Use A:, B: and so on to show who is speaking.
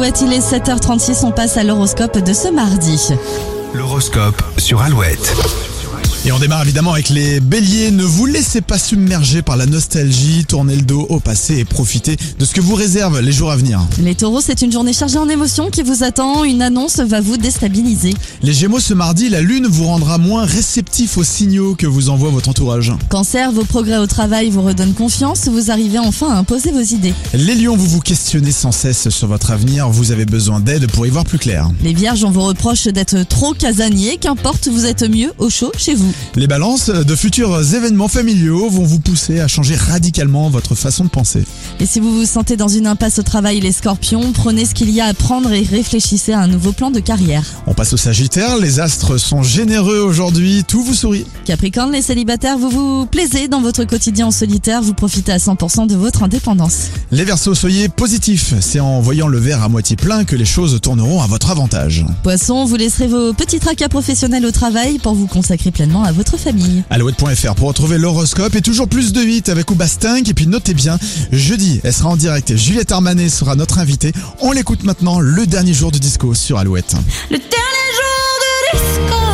A: Alouette, il est 7h36, on passe à l'horoscope de ce mardi.
B: L'horoscope sur Alouette.
C: Et on démarre évidemment avec les béliers. Ne vous laissez pas submerger par la nostalgie, tournez le dos au passé et profitez de ce que vous réservent les jours à venir.
A: Les taureaux, c'est une journée chargée en émotions qui vous attend. Une annonce va vous déstabiliser.
C: Les gémeaux, ce mardi, la lune vous rendra moins réceptif aux signaux que vous envoie votre entourage.
A: Cancer, vos progrès au travail vous redonnent confiance. Vous arrivez enfin à imposer vos idées.
C: Les lions, vous vous questionnez sans cesse sur votre avenir, vous avez besoin d'aide pour y voir plus clair.
A: Les vierges, on vous reproche d'être trop casanier. Qu'importe, vous êtes mieux au chaud chez vous.
C: Les balances, de futurs événements familiaux vont vous pousser à changer radicalement votre façon de penser.
A: Et si vous vous sentez dans une impasse au travail, les scorpions, prenez ce qu'il y a à prendre et réfléchissez à un nouveau plan de carrière.
C: On passe au sagittaire, les astres sont généreux aujourd'hui, tout vous sourit.
A: Capricorne, les célibataires, vous vous plaisez dans votre quotidien en solitaire. Vous profitez à 100% de votre indépendance.
C: Les versos, soyez positifs, c'est en voyant le verre à moitié plein que les choses tourneront à votre avantage.
A: Poisson, vous laisserez vos petits tracas professionnels au travail pour vous consacrer pleinement à votre famille.
C: Alouette.fr pour retrouver l'horoscope et toujours plus de 8 avec Oubastinck. Et puis notez bien, jeudi, elle sera en direct. Juliette Armanet sera notre invitée. On l'écoute maintenant, le dernier jour du disco sur Alouette.
D: Le dernier jour de disco.